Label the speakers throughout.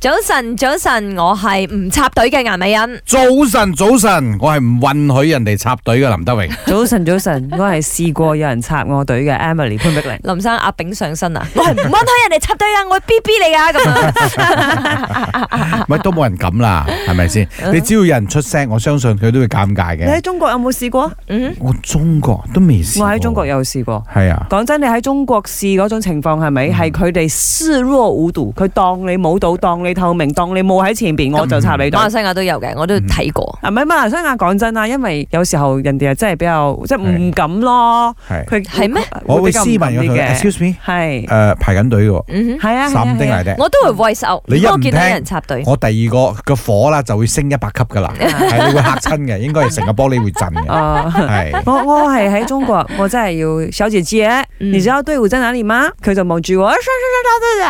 Speaker 1: 早晨，早晨，我係唔插隊嘅顏美 欣。
Speaker 2: 早晨，早晨，我係唔允許人哋插隊嘅林德 榮。
Speaker 3: 早晨，早晨，我係試過有人插我隊嘅 Emily 潘碧玲。
Speaker 1: 林生阿炳上身啊！我係唔允許人哋插隊啊！我係 B B 你啊咁樣。
Speaker 2: 咪都冇人敢啦，係咪先？
Speaker 3: 嗯
Speaker 2: 你只要有人出聲，我相信佢都會尷尬
Speaker 3: 你喺
Speaker 2: 嘅。
Speaker 3: 中國有冇試過？
Speaker 1: 嗯，
Speaker 2: 我中國都未試
Speaker 3: 我
Speaker 2: 過，
Speaker 3: 喺中國有試過。
Speaker 2: 係啊，
Speaker 3: 講真，你喺中國試嗰種情況係
Speaker 2: 嗯
Speaker 3: 咪係佢哋視若無睹，佢當你冇到，當你透明，當你冇喺前
Speaker 2: 嗯
Speaker 3: 邊，我就插你隊
Speaker 1: 馬。來西亞都有嘅，我都睇過。
Speaker 3: 啊，唔係馬來西亞講真啊，因為有時候人哋啊真係比較即係唔敢咯，
Speaker 2: 嗯係。
Speaker 3: 佢
Speaker 1: 係咩？
Speaker 2: 我會
Speaker 3: 比
Speaker 2: 斯
Speaker 3: 較
Speaker 2: 文
Speaker 3: 唔敢
Speaker 2: 咗
Speaker 3: 啲
Speaker 2: 佢
Speaker 3: 嘅，
Speaker 2: ，excuse me，
Speaker 3: 係
Speaker 2: 誒排緊隊嘅
Speaker 1: 嗯哼，
Speaker 3: 係啊，
Speaker 2: 喎，
Speaker 3: 係啊
Speaker 2: 三丁
Speaker 3: 係啊
Speaker 2: 嚟啫。
Speaker 1: 我都會 voice out。
Speaker 2: 你一唔
Speaker 1: 如果我見到有
Speaker 2: 聽
Speaker 1: 人插隊，
Speaker 2: 我第二個嘅火啦就會升一百級 噶啦，係你會嚇親嘅，應該係成個玻璃會震嘅，
Speaker 3: 啊。
Speaker 2: 係。
Speaker 3: 我我係喺中國，我真係要小姐姐，
Speaker 1: 嗯
Speaker 3: 你知道隊伍在哪裡嗎？佢就望住我，哎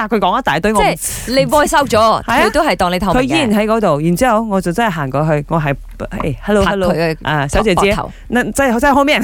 Speaker 3: 佢講一大堆，
Speaker 1: 即
Speaker 3: 我
Speaker 1: 係你 voice out 咗，
Speaker 3: 係啊
Speaker 1: 佢都係當你透
Speaker 3: 佢
Speaker 1: 明
Speaker 3: 依然
Speaker 1: 嘅。
Speaker 3: 喺嗰度，然之後我就真係行過去，我係誒 hello
Speaker 1: 拍
Speaker 3: hello
Speaker 1: 佢嘅
Speaker 3: 啊，小姐姐
Speaker 1: 膊，頭，
Speaker 3: 那真係真係好 man，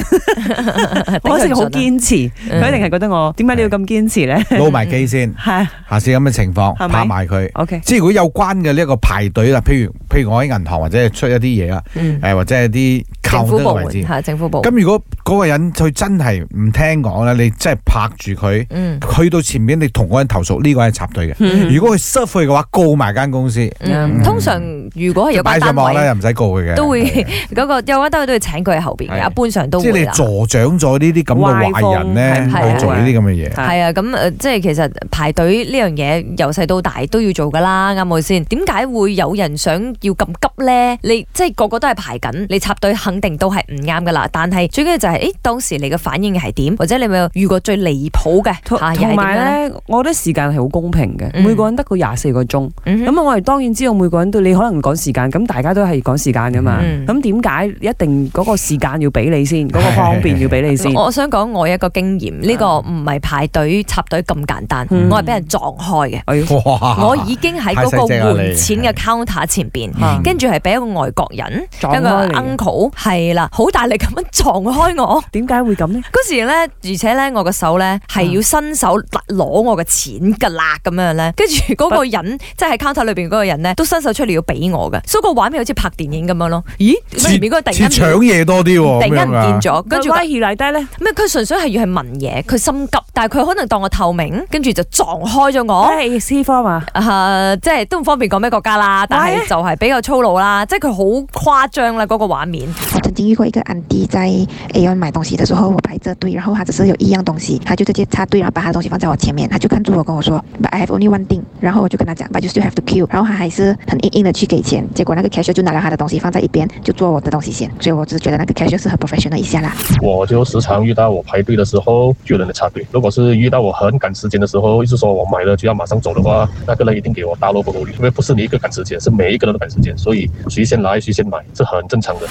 Speaker 3: 我一直好堅持，
Speaker 1: 嗯
Speaker 3: 佢一定係覺得我點解你要咁堅持咧？
Speaker 2: 撈埋機先，
Speaker 3: 係
Speaker 2: 下次咁嘅情況
Speaker 3: 係咪
Speaker 2: 拍埋佢。
Speaker 3: OK，
Speaker 2: 即係如果有關嘅呢一個排隊啦，譬如譬如我喺銀行或者係出一啲嘢啦，
Speaker 1: 嗯
Speaker 2: 哎誒或者係啲
Speaker 1: 政
Speaker 2: 扣
Speaker 1: 府
Speaker 2: 得嘅
Speaker 1: 部
Speaker 2: 位
Speaker 1: 門
Speaker 2: 置。
Speaker 1: 係政府部門。
Speaker 2: 咁如果嗰個人佢真係唔聽講咧，你真係拍住佢，
Speaker 1: 嗯，
Speaker 2: 去到前面你同嗰個人投訴，呢、個人係插隊嘅。
Speaker 3: 嗯
Speaker 2: 如果佢 serve 佢嘅話，告埋間公司，
Speaker 1: 嗯
Speaker 3: 嗯
Speaker 1: 通常如果係有
Speaker 2: 擺
Speaker 1: 關
Speaker 2: 上
Speaker 1: 單
Speaker 2: 網咧
Speaker 1: 位，
Speaker 2: 又唔使告佢嘅。
Speaker 1: 都會
Speaker 2: 係
Speaker 1: 嗰個有關單位都會請佢喺後邊嘅，
Speaker 2: 係
Speaker 1: 一般上都
Speaker 2: 即係
Speaker 1: 會
Speaker 2: 你
Speaker 1: 啦。
Speaker 2: 助長咗呢啲咁嘅壞人咧
Speaker 3: 歪
Speaker 1: 風係
Speaker 2: 去做呢啲咁嘅嘢。
Speaker 3: 係
Speaker 1: 係啊，咁誒，即係其實排隊呢樣嘢由細到大都要做噶啦，啱冇先？點解會有人想要咁急呢？你即係個個都係排緊，你插隊肯定都係唔啱噶啦。但係最緊要就係、誒當時你嘅反應係點，或者你咪有遇過最離譜嘅
Speaker 3: 同
Speaker 1: 嚇，又係點樣
Speaker 3: 同
Speaker 1: 呢？
Speaker 3: 埋咧，我覺得時間係好公平嘅，
Speaker 1: 嗯
Speaker 3: 每個人得個廿四個鐘。
Speaker 1: 嗯哼
Speaker 3: 咁我哋當然知道每個人都你可能趕時間，咁大家都係趕時間噶嘛。
Speaker 1: 嗯
Speaker 3: 咁點解一定嗰個時間要俾你先，嗰、個方便要俾你先？
Speaker 1: 我想講我一個經驗，呢、個唔係排隊插隊咁簡單，
Speaker 3: 嗯
Speaker 1: 我係俾人撞開嘅。
Speaker 3: 哎呀
Speaker 2: 哇
Speaker 1: 我已經喺嗰個
Speaker 2: 啊太細隻啦你
Speaker 1: 換錢嘅 counter 前邊
Speaker 2: 嗯，
Speaker 1: 跟住係俾一個外國人，
Speaker 3: 撞開
Speaker 1: 一個
Speaker 3: 你啊嘅
Speaker 1: uncle 係啦，好大力咁樣撞開我。
Speaker 3: 點解會咁呢？
Speaker 1: 嗰時咧，而且咧，我個手咧係要伸手攞我嘅錢噶啦，咁樣咧，跟住嗰個人即係喺 counter 裏邊嗰個人咧，都伸手出嚟要俾我嘅，所以個畫面好似拍電影咁樣咯。咦，前面嗰個突
Speaker 2: 似
Speaker 1: 然間
Speaker 2: 搶啊嘢多啲
Speaker 1: 突然
Speaker 2: 喎，
Speaker 1: 間唔見咗，跟
Speaker 3: 跟
Speaker 1: 住
Speaker 3: 住
Speaker 1: 佢
Speaker 3: 威脅嚟低呢，
Speaker 1: 咩？佢純粹係要係問嘢，佢心急，但係佢可能當我透明，跟住就撞開咗我。
Speaker 3: 係 C 科嘛？
Speaker 1: 啊即係都唔方便講咩國家啦，但係就係比較粗魯啦，即係佢好誇張啦嗰個畫面。
Speaker 4: 我曾经遇过一个安迪在 Aeon 买东西的时候，我排着队，然后他只是有一样东西，他就直接插队，然后把他的东西放在我前面，他就看住我跟我说，But I have only one thing。然后我就跟他讲，But you still have to queue。然后他还是很硬硬的去给钱，结果那个 cashier 就拿了他的东西放在一边，就做我的东西先。所以我只是觉得那个 cashier 是很 professional 一下啦。
Speaker 5: 我就时常遇到我排队的时候就有人来插队。如果是遇到我很赶时间的时候，一直说我买了就要马上走的话，那个人一定给我大萝卜头绿，因为不是你一个赶时间，是每一个人都赶时间，所以谁先来谁先买，是很正常的。